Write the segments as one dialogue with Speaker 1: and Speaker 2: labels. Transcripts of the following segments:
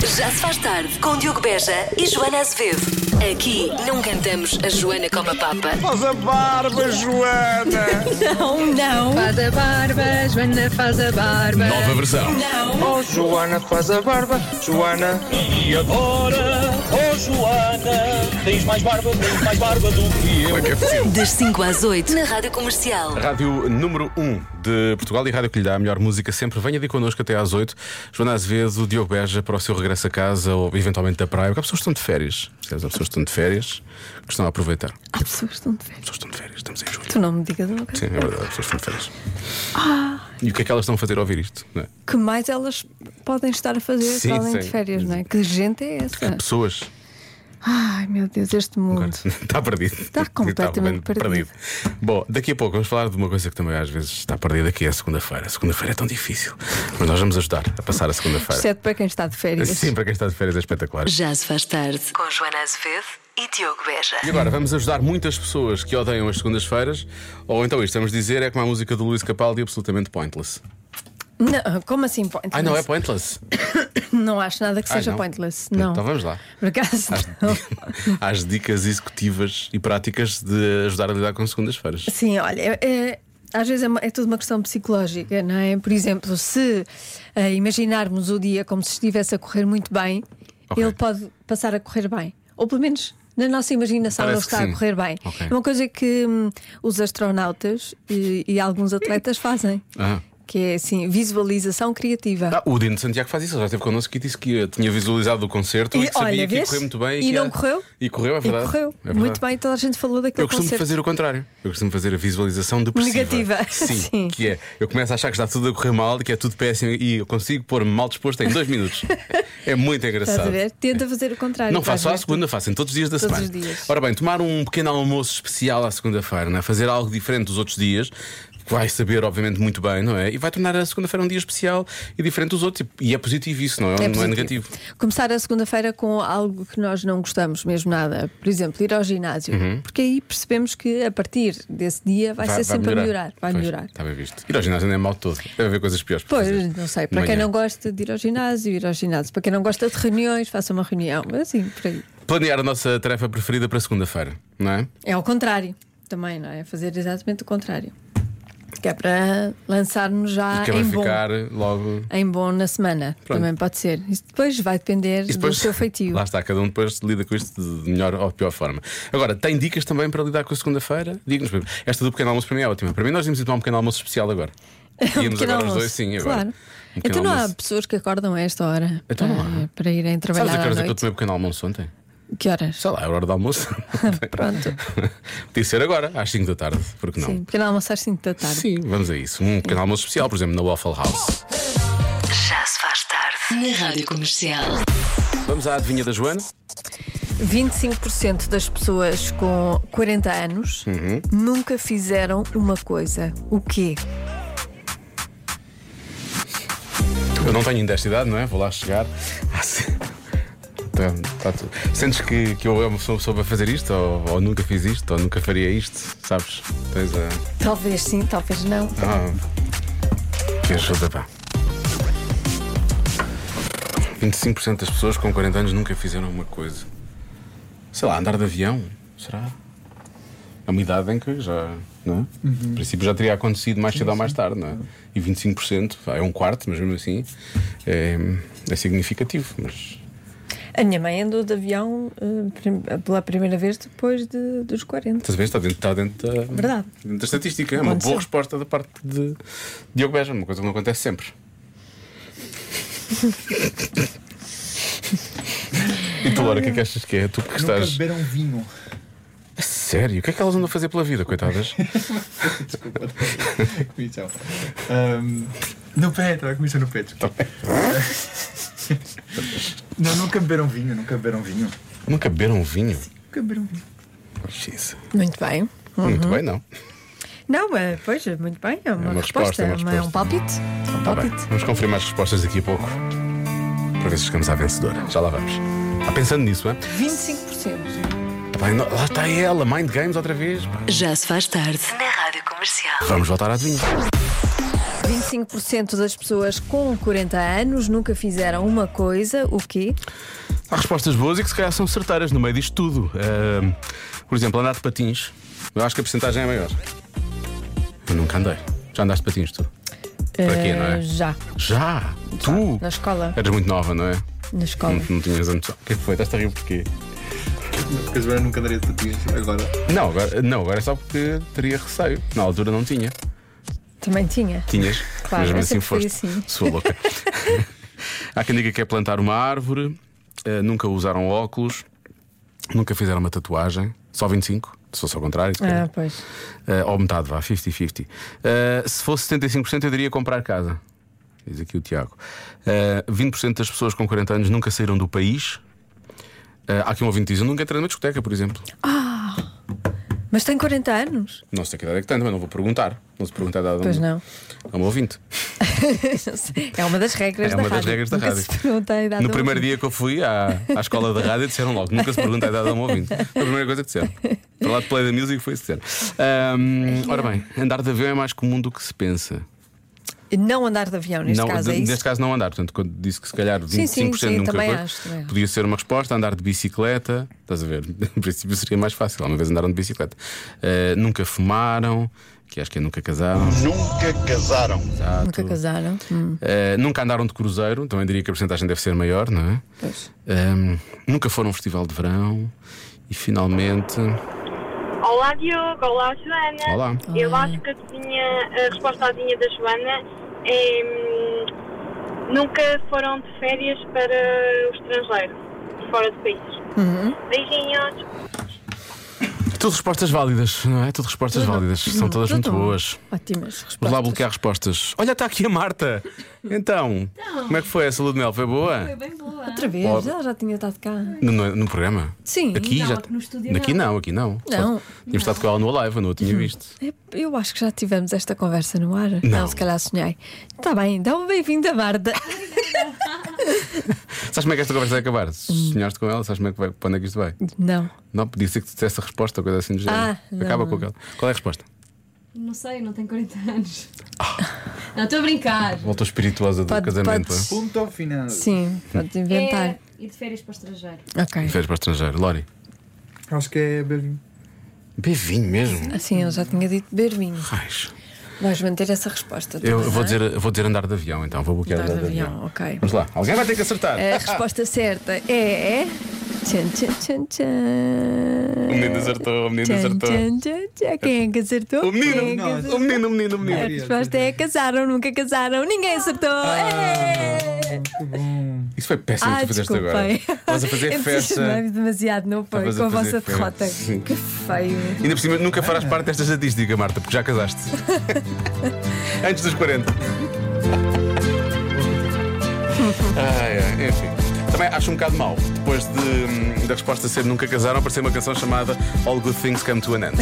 Speaker 1: Já se faz tarde com Diogo Beja e Joana Azevedo. Aqui não cantamos a Joana como a Papa.
Speaker 2: Faz a barba, Joana!
Speaker 3: Não, Oh, não,
Speaker 4: Faz a barba, Joana faz a barba.
Speaker 5: Nova versão.
Speaker 3: não.
Speaker 2: Oh, Joana, faz a barba, Joana!
Speaker 6: E agora, oh Joana, tens mais barba, tens mais barba do que
Speaker 2: é
Speaker 6: eu.
Speaker 1: Das 5 às 8 na Rádio Comercial.
Speaker 5: Rádio número 1 de Portugal e rádio que lhe dá a melhor música sempre. Venha de connosco até às 8. Joana Azevedo, Diogo Beja, para o seu regresso a casa ou eventualmente da praia. Porque há pessoas que estão de férias. percebes? Há pessoas que estão de férias que estão a aproveitar. As
Speaker 3: Há pessoas que estão de férias.
Speaker 5: pessoas estão de férias, estamos em julho.
Speaker 3: Tu não me digas uma coisa.
Speaker 5: Sim, é verdade, as pessoas estão de férias. E o que é que elas estão a fazer ao ouvir isto? não é?
Speaker 3: Que mais elas podem estar a fazer
Speaker 5: Sim,
Speaker 3: para além de
Speaker 5: sim.
Speaker 3: férias, não é? Que gente é essa?
Speaker 5: Pessoas.
Speaker 3: Ai, meu Deus, este mundo.
Speaker 5: Está tá perdido.
Speaker 3: Está Tá completamente
Speaker 5: Está
Speaker 3: perdido.
Speaker 5: Bom, daqui a pouco vamos falar de uma coisa que também às vezes está perdida, que é a segunda-feira. Segunda-feira é tão difícil. Mas nós vamos ajudar a passar a segunda-feira.
Speaker 3: Exceto para quem está é de férias.
Speaker 5: Sim, para quem está de férias é espetacular.
Speaker 1: Já se faz tarde com Joana Azevedo e Diogo Beja.
Speaker 5: E agora vamos ajudar muitas pessoas que odeiam as segundas-feiras, ou então isto estamos a dizer é como a música do Luís Capaldi absolutamente pointless.
Speaker 3: Não, como assim
Speaker 5: Ah,
Speaker 3: pointless?
Speaker 5: não é pointless?
Speaker 3: Não acho nada que
Speaker 5: Ai,
Speaker 3: seja
Speaker 5: não.
Speaker 3: pointless. Não.
Speaker 5: Então vamos Ah, lá.
Speaker 3: Por acaso não.
Speaker 5: Às dicas executivas e práticas de ajudar a lidar com segundas-feiras.
Speaker 3: Sim, olha, é- é- às vezes é, uma- é tudo uma questão psicológica, não é? Por exemplo, se eh, imaginarmos o dia como se estivesse a correr muito bem,
Speaker 5: Ok.
Speaker 3: ele pode passar a correr bem. Ou pelo menos na nossa imaginação
Speaker 5: Parece
Speaker 3: ele está
Speaker 5: que
Speaker 3: a
Speaker 5: sim.
Speaker 3: correr bem.
Speaker 5: Ok.
Speaker 3: É uma coisa que hum, os astronautas e, e alguns atletas fazem.
Speaker 5: Ah.
Speaker 3: Que é assim, visualização criativa.
Speaker 5: Ah, o Dino de Santiago faz isso, ele já esteve connosco e disse que eh, tinha visualizado o concerto e,
Speaker 3: E
Speaker 5: que sabia
Speaker 3: olha,
Speaker 5: que ia
Speaker 3: vês?
Speaker 5: correr muito bem.
Speaker 3: E
Speaker 5: que
Speaker 3: não
Speaker 5: ia-
Speaker 3: correu?
Speaker 5: E correu, é
Speaker 3: e
Speaker 5: verdade.
Speaker 3: correu.
Speaker 5: É verdade.
Speaker 3: muito bem, toda a gente falou daquele
Speaker 5: Eu costumo
Speaker 3: concerto.
Speaker 5: fazer o contrário. Eu costumo fazer a visualização depressiva.
Speaker 3: Negativa.
Speaker 5: Sim,
Speaker 3: Sim.
Speaker 5: Que é, eu começo a achar que está tudo a correr mal, que é tudo péssimo e eu consigo pôr-me mal disposto em dois minutos. é muito
Speaker 3: Estás a
Speaker 5: engraçado.
Speaker 3: ver? Tenta fazer o contrário.
Speaker 5: Não
Speaker 3: vais
Speaker 5: faço só à
Speaker 3: ver.
Speaker 5: segunda, faço em todos os dias da
Speaker 3: Todos
Speaker 5: semana.
Speaker 3: os dias.
Speaker 5: Ora bem, tomar um pequeno almoço especial à segunda-feira, não é? fazer algo diferente dos outros dias. que Vai saber, obviamente, muito bem, não é? E vai tornar a segunda-feira um dia especial e diferente dos outros. E e é positivo isso, não é? não é
Speaker 3: positivo.
Speaker 5: negativo.
Speaker 3: Começar a segunda-feira com algo que nós não gostamos mesmo nada, por exemplo, ir ao ginásio,
Speaker 5: Uhum.
Speaker 3: porque aí percebemos que a partir desse dia vai, ser sempre a melhorar, vai
Speaker 5: Pois,
Speaker 3: melhorar.
Speaker 5: Está bem visto. Ir ao ginásio não é mal todo. Deve haver coisas piores. para fazer.
Speaker 3: Pois, não sei, para
Speaker 5: De
Speaker 3: quem
Speaker 5: manhã.
Speaker 3: não gosta de ir ao ginásio, ir ao ginásio, para quem não gosta de reuniões, faça uma reunião, assim, por aí.
Speaker 5: Planear a nossa tarefa preferida para segunda-feira, não é?
Speaker 3: É ao contrário também, não é? Fazer exatamente o contrário. Que é para lançar-nos já
Speaker 5: Porque
Speaker 3: Ah, em
Speaker 5: é vai
Speaker 3: bom.
Speaker 5: ficar logo.
Speaker 3: Em bom na semana,
Speaker 5: Pronto.
Speaker 3: também pode ser. Isso depois vai depender
Speaker 5: E depois-
Speaker 3: do seu feitio.
Speaker 5: Lá está, cada um depois lida com isto de melhor ou pior forma. Agora, tem dicas também para lidar com a segunda-feira? Diga-nos, por exemplo, esta do pequeno almoço para mim é ótima. Para mim, nós íamos ir tomar um pequeno almoço especial agora. Íamos
Speaker 3: Um pequeno
Speaker 5: agora os
Speaker 3: almoço,
Speaker 5: dois, sim, agora.
Speaker 3: Claro.
Speaker 5: Um pequeno
Speaker 3: então não há
Speaker 5: almoço.
Speaker 3: pessoas que acordam a esta hora
Speaker 5: Então
Speaker 3: para,
Speaker 5: não há.
Speaker 3: para irem trabalhar
Speaker 5: Sabes a que
Speaker 3: à
Speaker 5: horas é que eu
Speaker 3: noite.
Speaker 5: tomei um pequeno almoço ontem?
Speaker 3: Que horas?
Speaker 5: Sei lá, era hora do almoço.
Speaker 3: Pronto.
Speaker 5: Podia ser agora, às 5 da tarde, porque não?
Speaker 3: Sim, pequeno almoço às 5 da tarde.
Speaker 5: Sim, vamos a isso. Um pequeno almoço especial, por exemplo, na Waffle House.
Speaker 1: Já se faz tarde na Rádio Comercial.
Speaker 5: Vamos à adivinha da Joana?
Speaker 3: 25% das pessoas com 40 anos
Speaker 5: Uhum.
Speaker 3: nunca fizeram uma coisa. O quê?
Speaker 5: Eu não tenho ainda esta idade, não é? Vou lá chegar. Ah, sim. Tá- tá tudo. Sentes que, que eu sou uma pessoa para fazer isto? Ou, ou nunca fiz isto? Ou nunca faria isto? Sabes? Tens a.
Speaker 3: Talvez sim, talvez não.
Speaker 5: Ah. Que ajuda, pá. 25% das pessoas com 40 anos nunca fizeram uma coisa. Sei lá, andar de avião? Será? É uma idade em que já. Não é? No princípio já teria acontecido mais cedo ou mais tarde, não é? E 25% pá, é um quarto, mas mesmo assim é, é significativo. Mas
Speaker 3: A minha mãe andou de avião eh, prim- pela primeira vez depois de- dos 40.
Speaker 5: estás a ver? Está dentro, está dentro da.
Speaker 3: Verdade.
Speaker 5: dentro da estatística. É uma
Speaker 3: Aconteceu.
Speaker 5: boa resposta da parte de Diogo Beja, uma coisa que não acontece sempre. e tu, Laura, o que é que achas que é? Tu que
Speaker 7: Nunca
Speaker 5: estás.
Speaker 7: beberam vinho.
Speaker 5: Sério? O que é que elas andam a fazer pela vida, coitadas?
Speaker 7: Desculpa. Comissão. Ahm, no pé, estava com isso no pé. desculpa. Não, nunca beberam vinho, nunca beberam vinho.
Speaker 5: Nunca beberam um vinho?
Speaker 7: Nunca beberam vinho.
Speaker 5: Jeez.
Speaker 3: Muito bem. Uhum.
Speaker 5: Muito bem, não.
Speaker 3: Não, eh, pois, muito bem. É uma,
Speaker 5: uma resposta, é uma
Speaker 3: é um
Speaker 5: resposta.
Speaker 3: palpite. É um
Speaker 5: Tá bem.
Speaker 3: palpite.
Speaker 5: Vamos confirmar as respostas daqui a pouco. Para ver se chegamos à vencedora. Já lá vamos. Está pensando nisso, é?
Speaker 3: 25%.
Speaker 5: Tá bem, não- Lá está ela, Mind Games outra vez. pá.
Speaker 1: Já se faz tarde na Rádio Comercial.
Speaker 5: Vamos voltar à adivinha.
Speaker 3: 25% das pessoas com 40 anos nunca fizeram uma coisa, o quê?
Speaker 5: Há respostas boas e que se calhar são certeiras no meio disto tudo. Ahm, por exemplo, andar de patins. Eu acho que a porcentagem é maior. Eu nunca andei. Já andaste de patins tu? Para quê, não é?
Speaker 3: Eh, Já,
Speaker 5: Já! Tu!
Speaker 3: na escola.
Speaker 5: Eras muito nova, não é?
Speaker 3: Na escola.
Speaker 5: Não, não tinhas a noção. O que é que foi? Estás a rir porquê?
Speaker 7: Porque a Joana nunca daria de patins agora.
Speaker 5: Não agora, não, agora é só porque teria receio. Na altura não tinha.
Speaker 3: Também tinha.
Speaker 5: Tinhas.
Speaker 3: Claro,
Speaker 5: mesmo
Speaker 3: eu
Speaker 5: assim
Speaker 3: sempre fui
Speaker 5: foste.
Speaker 3: assim.
Speaker 5: Sua louca. Há quem diga que é plantar uma árvore, eh, nunca usaram óculos, nunca fizeram uma tatuagem, só 25, se fosse ao contrário. se calhar.
Speaker 3: Ah, pois.
Speaker 5: Eh, ou metade, vá, 50-50. Eh, se fosse 75%, eu diria comprar casa. Diz aqui o Tiago. Eh, 20% das pessoas com 40 anos nunca saíram do país. Eh, há aqui um ouvinte que diz: Eu nunca entrei numa discoteca, por exemplo.
Speaker 3: Mas tem 40 anos?
Speaker 5: Não sei que idade é que tem, mas não vou perguntar. Não se perguntar a idade a um-
Speaker 3: Pois não.
Speaker 5: a um ouvinte.
Speaker 3: É uma das regras
Speaker 5: É
Speaker 3: da
Speaker 5: uma das
Speaker 3: rádio.
Speaker 5: regras da
Speaker 3: Nunca
Speaker 5: rádio.
Speaker 3: se pergunta a idade
Speaker 5: No
Speaker 3: a um
Speaker 5: primeiro
Speaker 3: ouvinte.
Speaker 5: dia que eu fui à, à escola da rádio, disseram logo: nunca se pergunta a idade a um ouvinte. Foi a primeira coisa que disseram. Para lá de Play da Music foi isso que disseram. Ahm, ora bem, andar de avião é mais comum do que se pensa.
Speaker 3: Não andar de avião, neste
Speaker 5: não,
Speaker 3: caso, é
Speaker 5: de-
Speaker 3: isso?
Speaker 5: Neste caso, não andar. Portanto, quando disse que se calhar 25%
Speaker 3: Sim, sim, sim,
Speaker 5: nunca
Speaker 3: também
Speaker 5: foi,
Speaker 3: acho, também acho.
Speaker 5: podia ser uma resposta. Andar de bicicleta, estás a ver? Em princípio seria mais fácil. Uma vez andaram de bicicleta. Ah, nunca fumaram, que acho que é nunca casaram.
Speaker 8: Nunca casaram.
Speaker 3: Nunca casaram. Hum.
Speaker 5: Uh, nunca andaram de cruzeiro, também diria que a porcentagem deve ser maior, não é?
Speaker 3: Pois.
Speaker 5: Um, nunca foram a um festival de verão e finalmente.
Speaker 9: Olá Diogo, olá Joana.
Speaker 5: Olá.
Speaker 9: Eu acho que a, cozinha, a respostazinha da Joana é hum, nunca foram de férias para o estrangeiro, fora do país. Beijinhos.
Speaker 5: Tudo respostas válidas, não é? Tudo respostas válidas. São todas muito
Speaker 3: Tudo
Speaker 5: boas.
Speaker 3: Ótimas
Speaker 5: Vamos lá
Speaker 3: respostas.
Speaker 5: bloquear respostas. Olha, está aqui a Marta. Então, como é que foi essa lua de mel? Foi boa?
Speaker 3: Outra vez,
Speaker 5: Óbvio.
Speaker 3: ela já tinha estado cá.
Speaker 5: No, no- no programa?
Speaker 3: Sim.
Speaker 5: Aqui já. aqui não, aqui não.
Speaker 3: Não.
Speaker 5: Só- Tínhamos estado com ela no live, eu não a tinha visto.
Speaker 3: É, Eu acho que já tivemos esta conversa no ar.
Speaker 5: Não.
Speaker 3: se calhar sonhei. Está bem, então bem-vinda, Marta.
Speaker 5: Sabes como é que esta conversa vai acabar?
Speaker 3: Hum.
Speaker 5: Se Sonhaste com ela, sabes como é que vai, para onde é que isto vai?
Speaker 3: Não.
Speaker 5: Não, podia ser que te dissesse a resposta, ou coisa assim do género.
Speaker 3: Ah, não.
Speaker 5: Acaba com aquela. Qual é a resposta?
Speaker 10: Não sei, não tenho 40 anos. Não, estou a brincar.
Speaker 5: Volta espirituosa do
Speaker 3: Pode-
Speaker 5: casamento.
Speaker 3: podes-
Speaker 5: hein?
Speaker 7: Ponto ao final.
Speaker 3: Sim, podes inventar.
Speaker 10: É ir de férias para o estrangeiro.
Speaker 3: Ok.
Speaker 5: Fez para o estrangeiro. Lori.
Speaker 7: Acho que é beijinho.
Speaker 5: Bevinho mesmo.
Speaker 3: Assim, eu já tinha dito beber vinho.
Speaker 5: Raios.
Speaker 3: Vais manter essa resposta.
Speaker 5: Eu
Speaker 3: também,
Speaker 5: vou
Speaker 3: não é?
Speaker 5: dizer, eu vou dizer andar de avião, então. Vou bloquear
Speaker 3: Andar
Speaker 5: andar,
Speaker 3: de
Speaker 5: de avião.
Speaker 3: avião, ok. É.
Speaker 5: Vamos lá. Alguém vai ter que acertar.
Speaker 3: A resposta certa é. Tchan, tchan, tchan,
Speaker 5: O
Speaker 3: tchan.
Speaker 5: menino acertou, o menino
Speaker 3: Tchan,
Speaker 5: acertou.
Speaker 3: tchan, tchan, tchan. Quem é que acertou?
Speaker 5: O menino,
Speaker 3: Quem é que
Speaker 7: nós.
Speaker 5: o menino, o menino, o
Speaker 3: A
Speaker 5: menino.
Speaker 3: resposta é casaram, nunca casaram, ninguém acertou.
Speaker 5: Ah.
Speaker 3: É.
Speaker 7: Que bom.
Speaker 5: Isso foi péssimo que
Speaker 3: Ah,
Speaker 5: tu fizeste
Speaker 3: desculpem.
Speaker 5: agora. Estás a fazer festa.
Speaker 3: Entusiasmei-me demasiado, não foi?
Speaker 5: Estavas a
Speaker 3: Com a
Speaker 5: fazer
Speaker 3: vossa
Speaker 5: festa.
Speaker 3: derrota.
Speaker 5: Sim.
Speaker 3: Que feio.
Speaker 5: Ainda por cima, nunca farás parte desta estatística, Marta, porque já casaste. Antes dos 40. ai, ai, enfim. Também acho um bocado mau, depois de, hum, da resposta ser nunca casaram, aparecer uma canção chamada All Good Things Come to an End.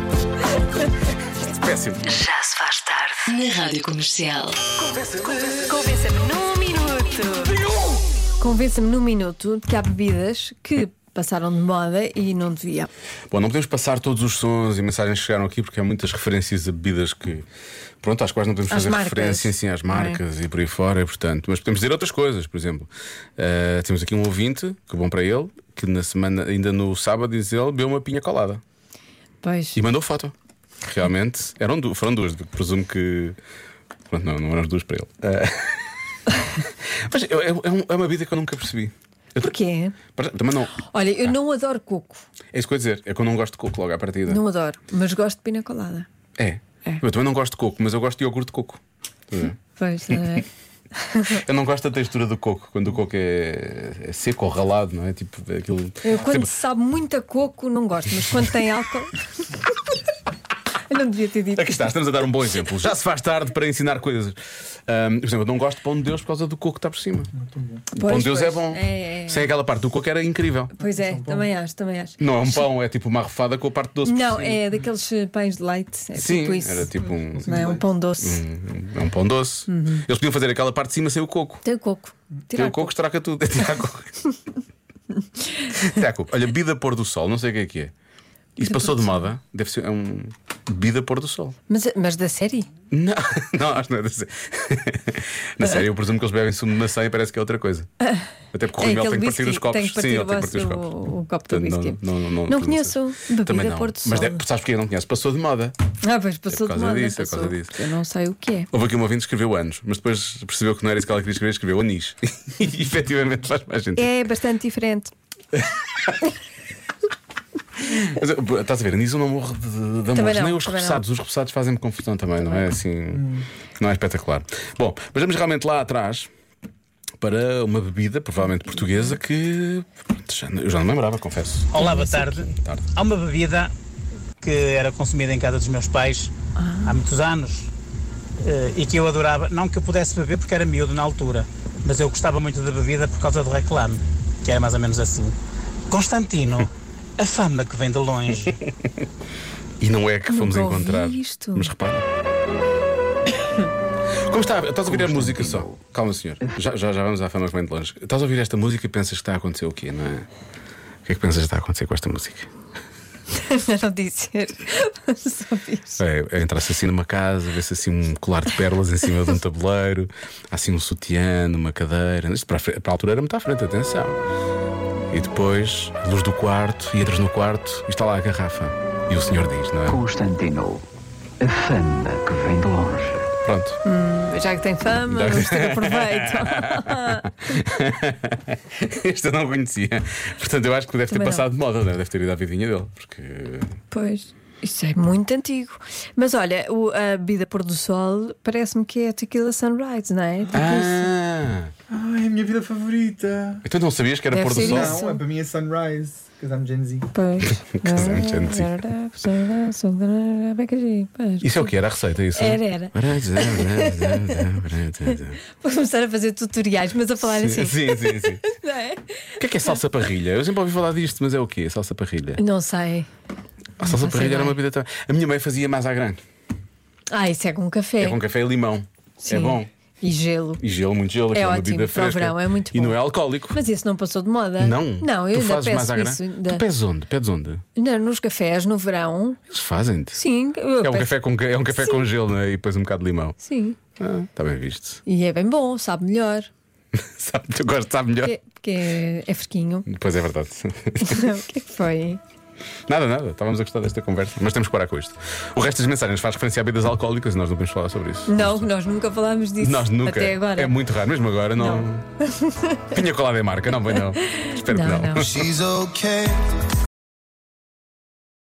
Speaker 5: Isto é Péssimo.
Speaker 1: Já se faz tarde. Na Rádio Comercial. Convença-me num minuto.
Speaker 3: Convença-me num minuto de que há bebidas que passaram de moda e não deviam.
Speaker 5: Bom, não podemos passar todos os sons e mensagens que chegaram aqui porque há muitas referências a bebidas que, pronto, às quais não podemos
Speaker 3: Às
Speaker 5: fazer
Speaker 3: marcas. é?
Speaker 5: referência sim, às marcas e por aí fora, e, portanto. Mas podemos dizer outras coisas, por exemplo. eh, temos aqui um ouvinte, que bom para ele, que na semana, ainda no sábado, diz ele, bebeu uma pinha colada
Speaker 3: Pois.
Speaker 5: e mandou foto. Realmente, eram du foram duas, presumo que. Pronto, não, não eram as duas para ele. Eh, Mas é, é- é um- é uma bebida que eu nunca percebi. Eu-
Speaker 3: Porquê?
Speaker 5: Para- Também não.
Speaker 3: Olha,
Speaker 5: Ah.
Speaker 3: eu não adoro coco.
Speaker 5: É isso que eu ia dizer, é que eu não gosto de coco logo à partida.
Speaker 3: Não adoro, mas gosto de pina colada.
Speaker 5: É.
Speaker 3: É.
Speaker 5: Eu também não gosto de coco, mas eu gosto de iogurte de coco.
Speaker 3: Pois, não é?
Speaker 5: Eu não gosto da textura do coco, quando o coco é, é seco ou ralado, não é? Tipo aquilo.
Speaker 3: Eu quando
Speaker 5: Sempre-
Speaker 3: se sabe muito a coco, não gosto, mas quando tem álcool. eu não devia ter dito.
Speaker 5: Aqui está, estamos a dar um bom exemplo. Já se faz tarde para ensinar coisas. Ahm, por exemplo, eu não gosto de pão de Deus por causa do coco que está por cima. O pão
Speaker 3: Pois,
Speaker 5: de Deus é
Speaker 3: pois.
Speaker 5: bom.
Speaker 3: É, é, é.
Speaker 5: Sem aquela parte do coco era incrível.
Speaker 3: Pois é, também acho, também acho.
Speaker 5: Não é um pão, é tipo uma refada com a parte doce. por
Speaker 3: Não,
Speaker 5: cima.
Speaker 3: é daqueles eh, pães de leite. É
Speaker 5: Sim,
Speaker 3: tipo isso.
Speaker 5: era tipo um,
Speaker 3: Não é um pão doce.
Speaker 5: um- é um pão doce.
Speaker 3: Uhum.
Speaker 5: Eles podiam fazer aquela parte de cima sem o coco.
Speaker 3: Tem coco.
Speaker 5: Tirar
Speaker 3: Tirar
Speaker 5: o coco estraga tudo. É tirar coco. tirar coco. Olha, bida pôr do sol, não sei o que é que é. Isso passou de moda. Deve ser é um. bebida pôr do sol.
Speaker 3: Mas, eh, mas da série?
Speaker 5: Não, não, acho que não é da série. Na série, eu presumo que eles bebem sumo de maçã e parece que é outra coisa. Até porque o
Speaker 3: É
Speaker 5: Rivel
Speaker 3: aquele
Speaker 5: tem que partir
Speaker 3: whisky,
Speaker 5: os copos.
Speaker 3: tem que
Speaker 5: Sim,
Speaker 3: partir
Speaker 5: ele
Speaker 3: o
Speaker 5: tem que partir os
Speaker 3: vosso-
Speaker 5: copos.
Speaker 3: o copo do
Speaker 5: Portanto,
Speaker 3: whisky.
Speaker 5: não, não, não,
Speaker 3: Não
Speaker 5: sei.
Speaker 3: conheço. Bebida
Speaker 5: Também não.
Speaker 3: pôr do
Speaker 5: Mas
Speaker 3: sol.
Speaker 5: deve- sabes porque eu não conheço? Passou de moda.
Speaker 3: Ah, pois passou
Speaker 5: por
Speaker 3: de
Speaker 5: causa
Speaker 3: moda.
Speaker 5: disso, é por causa
Speaker 3: passou.
Speaker 5: disso.
Speaker 3: Eu não sei o que é.
Speaker 5: Houve aqui uma ouvinte que escreveu anos, mas depois percebeu que não era isso que ela queria escrever, escreveu anis. e efetivamente faz mais sentido.
Speaker 3: É bastante diferente.
Speaker 5: Mas, uh, Estás a ver, anis eu não morro de, de, de
Speaker 3: Também
Speaker 5: amores,
Speaker 3: não, Hum.
Speaker 5: nem os
Speaker 3: também
Speaker 5: repousados. Os repousados fazem-me confusão também, não é assim. Não é espetacular. Bom, mas vamos realmente lá atrás para uma bebida, provavelmente portuguesa, que pronto, já não- eu já não me lembrava, confesso.
Speaker 8: Olá, boa tarde.
Speaker 5: Tarde.
Speaker 8: Há uma bebida que era consumida em casa dos meus pais há muitos anos eh, e que eu adorava, não que eu pudesse beber porque era miúdo na altura, mas eu gostava muito da bebida por causa do reclame, que era mais ou menos assim. Constantino, a fama que vem de longe.
Speaker 5: E não é que fomos
Speaker 3: Nunca ouvi
Speaker 5: encontrar.
Speaker 3: isto.
Speaker 5: Mas repara. Como está? Estás a ouvir a música só? Calma, senhor. Já, já, já vamos à fama que vem de longe. Estás a ouvir esta música e pensas que está a acontecer o quê, não é? O que é que pensas que está a acontecer com esta música?
Speaker 3: Para não dizer. Só fiz.
Speaker 5: É, entra-se assim numa casa, vê-se assim um colar de pérolas em cima de um tabuleiro, há assim um sutiã numa cadeira. Isto para, a fre- para a altura era muito à frente, atenção. E depois, a luz do quarto, e entras no quarto e está lá a garrafa. E o senhor diz, não é?
Speaker 6: Constantino, a fama que vem de longe.
Speaker 5: Pronto.
Speaker 3: Já que tem fama, vamos ter aproveito.
Speaker 5: Este eu não conhecia. Portanto, eu acho que deve ter
Speaker 3: Também não.
Speaker 5: passado de moda, não é? deve ter ido à vidinha dele. Porque.
Speaker 3: Pois, isso é muito antigo. Mas olha, o- a bebida pôr do sol parece-me que é tequila sunrise, não é? Tipo isso.
Speaker 5: Ah!
Speaker 7: Ai, é a minha vida favorita.
Speaker 5: Então não sabias que era
Speaker 3: Deve
Speaker 5: pôr do
Speaker 3: ser
Speaker 5: sol?
Speaker 3: isso.
Speaker 7: Não, é para mim é Sunrise. Casar-me Gen Z.
Speaker 3: Pois.
Speaker 5: Casamento de gente. Isso é o que? Era a receita, isso?
Speaker 3: Era, era. Vou começar a fazer tutoriais, mas a falar
Speaker 5: Sim,
Speaker 3: assim.
Speaker 5: sim, sim. sim.
Speaker 3: Não, é?
Speaker 5: O que é que é salsa parrilha? Eu sempre ouvi falar disto, mas é o quê? Salsa parrilha.
Speaker 3: não sei.
Speaker 5: A salsa
Speaker 3: Não sei
Speaker 5: parrilha era
Speaker 3: bem.
Speaker 5: uma bebida também. A minha mãe fazia mais à grande.
Speaker 3: Ah, isso é com café.
Speaker 5: É com café e limão.
Speaker 3: Sim.
Speaker 5: É bom.
Speaker 3: E gelo.
Speaker 5: E gelo, muito gelo, que é uma
Speaker 3: ótimo,
Speaker 5: bebida
Speaker 3: para o
Speaker 5: fresca.
Speaker 3: verão, é muito
Speaker 5: E
Speaker 3: bom.
Speaker 5: não é alcoólico.
Speaker 3: Mas isso não passou de moda.
Speaker 5: Não.
Speaker 3: Não, eu
Speaker 5: tu
Speaker 3: ainda
Speaker 5: fazes mais
Speaker 3: peço
Speaker 5: à
Speaker 3: isso.
Speaker 5: grande.
Speaker 3: ainda-
Speaker 5: Tu pedes onde? Pedes onde?
Speaker 3: Não, nos cafés, no verão.
Speaker 5: Eles fazem-te.
Speaker 3: Sim, eu
Speaker 5: É um
Speaker 3: peço-
Speaker 5: café com, é um café com gelo né? e depois um bocado de limão.
Speaker 3: Sim.
Speaker 5: Ah, está bem visto.
Speaker 3: E é bem bom, sabe melhor.
Speaker 5: Sabe, eu gosto, de sabe melhor.
Speaker 3: Porque, porque é, é fresquinho.
Speaker 5: Pois é verdade.
Speaker 3: o que é que foi?
Speaker 5: nada, nada. Estávamos a gostar desta conversa, mas temos que parar com isto. O resto das mensagens faz referência a bebidas alcoólicas e nós não podemos falar sobre isso.
Speaker 3: Não, nós nunca falámos disso.
Speaker 5: Nós nunca.
Speaker 3: Até agora.
Speaker 5: É muito raro, mesmo agora não. Pinha colada é marca, não, bem não. Espero
Speaker 3: Não,
Speaker 5: que
Speaker 3: não.
Speaker 5: não.
Speaker 11: She's okay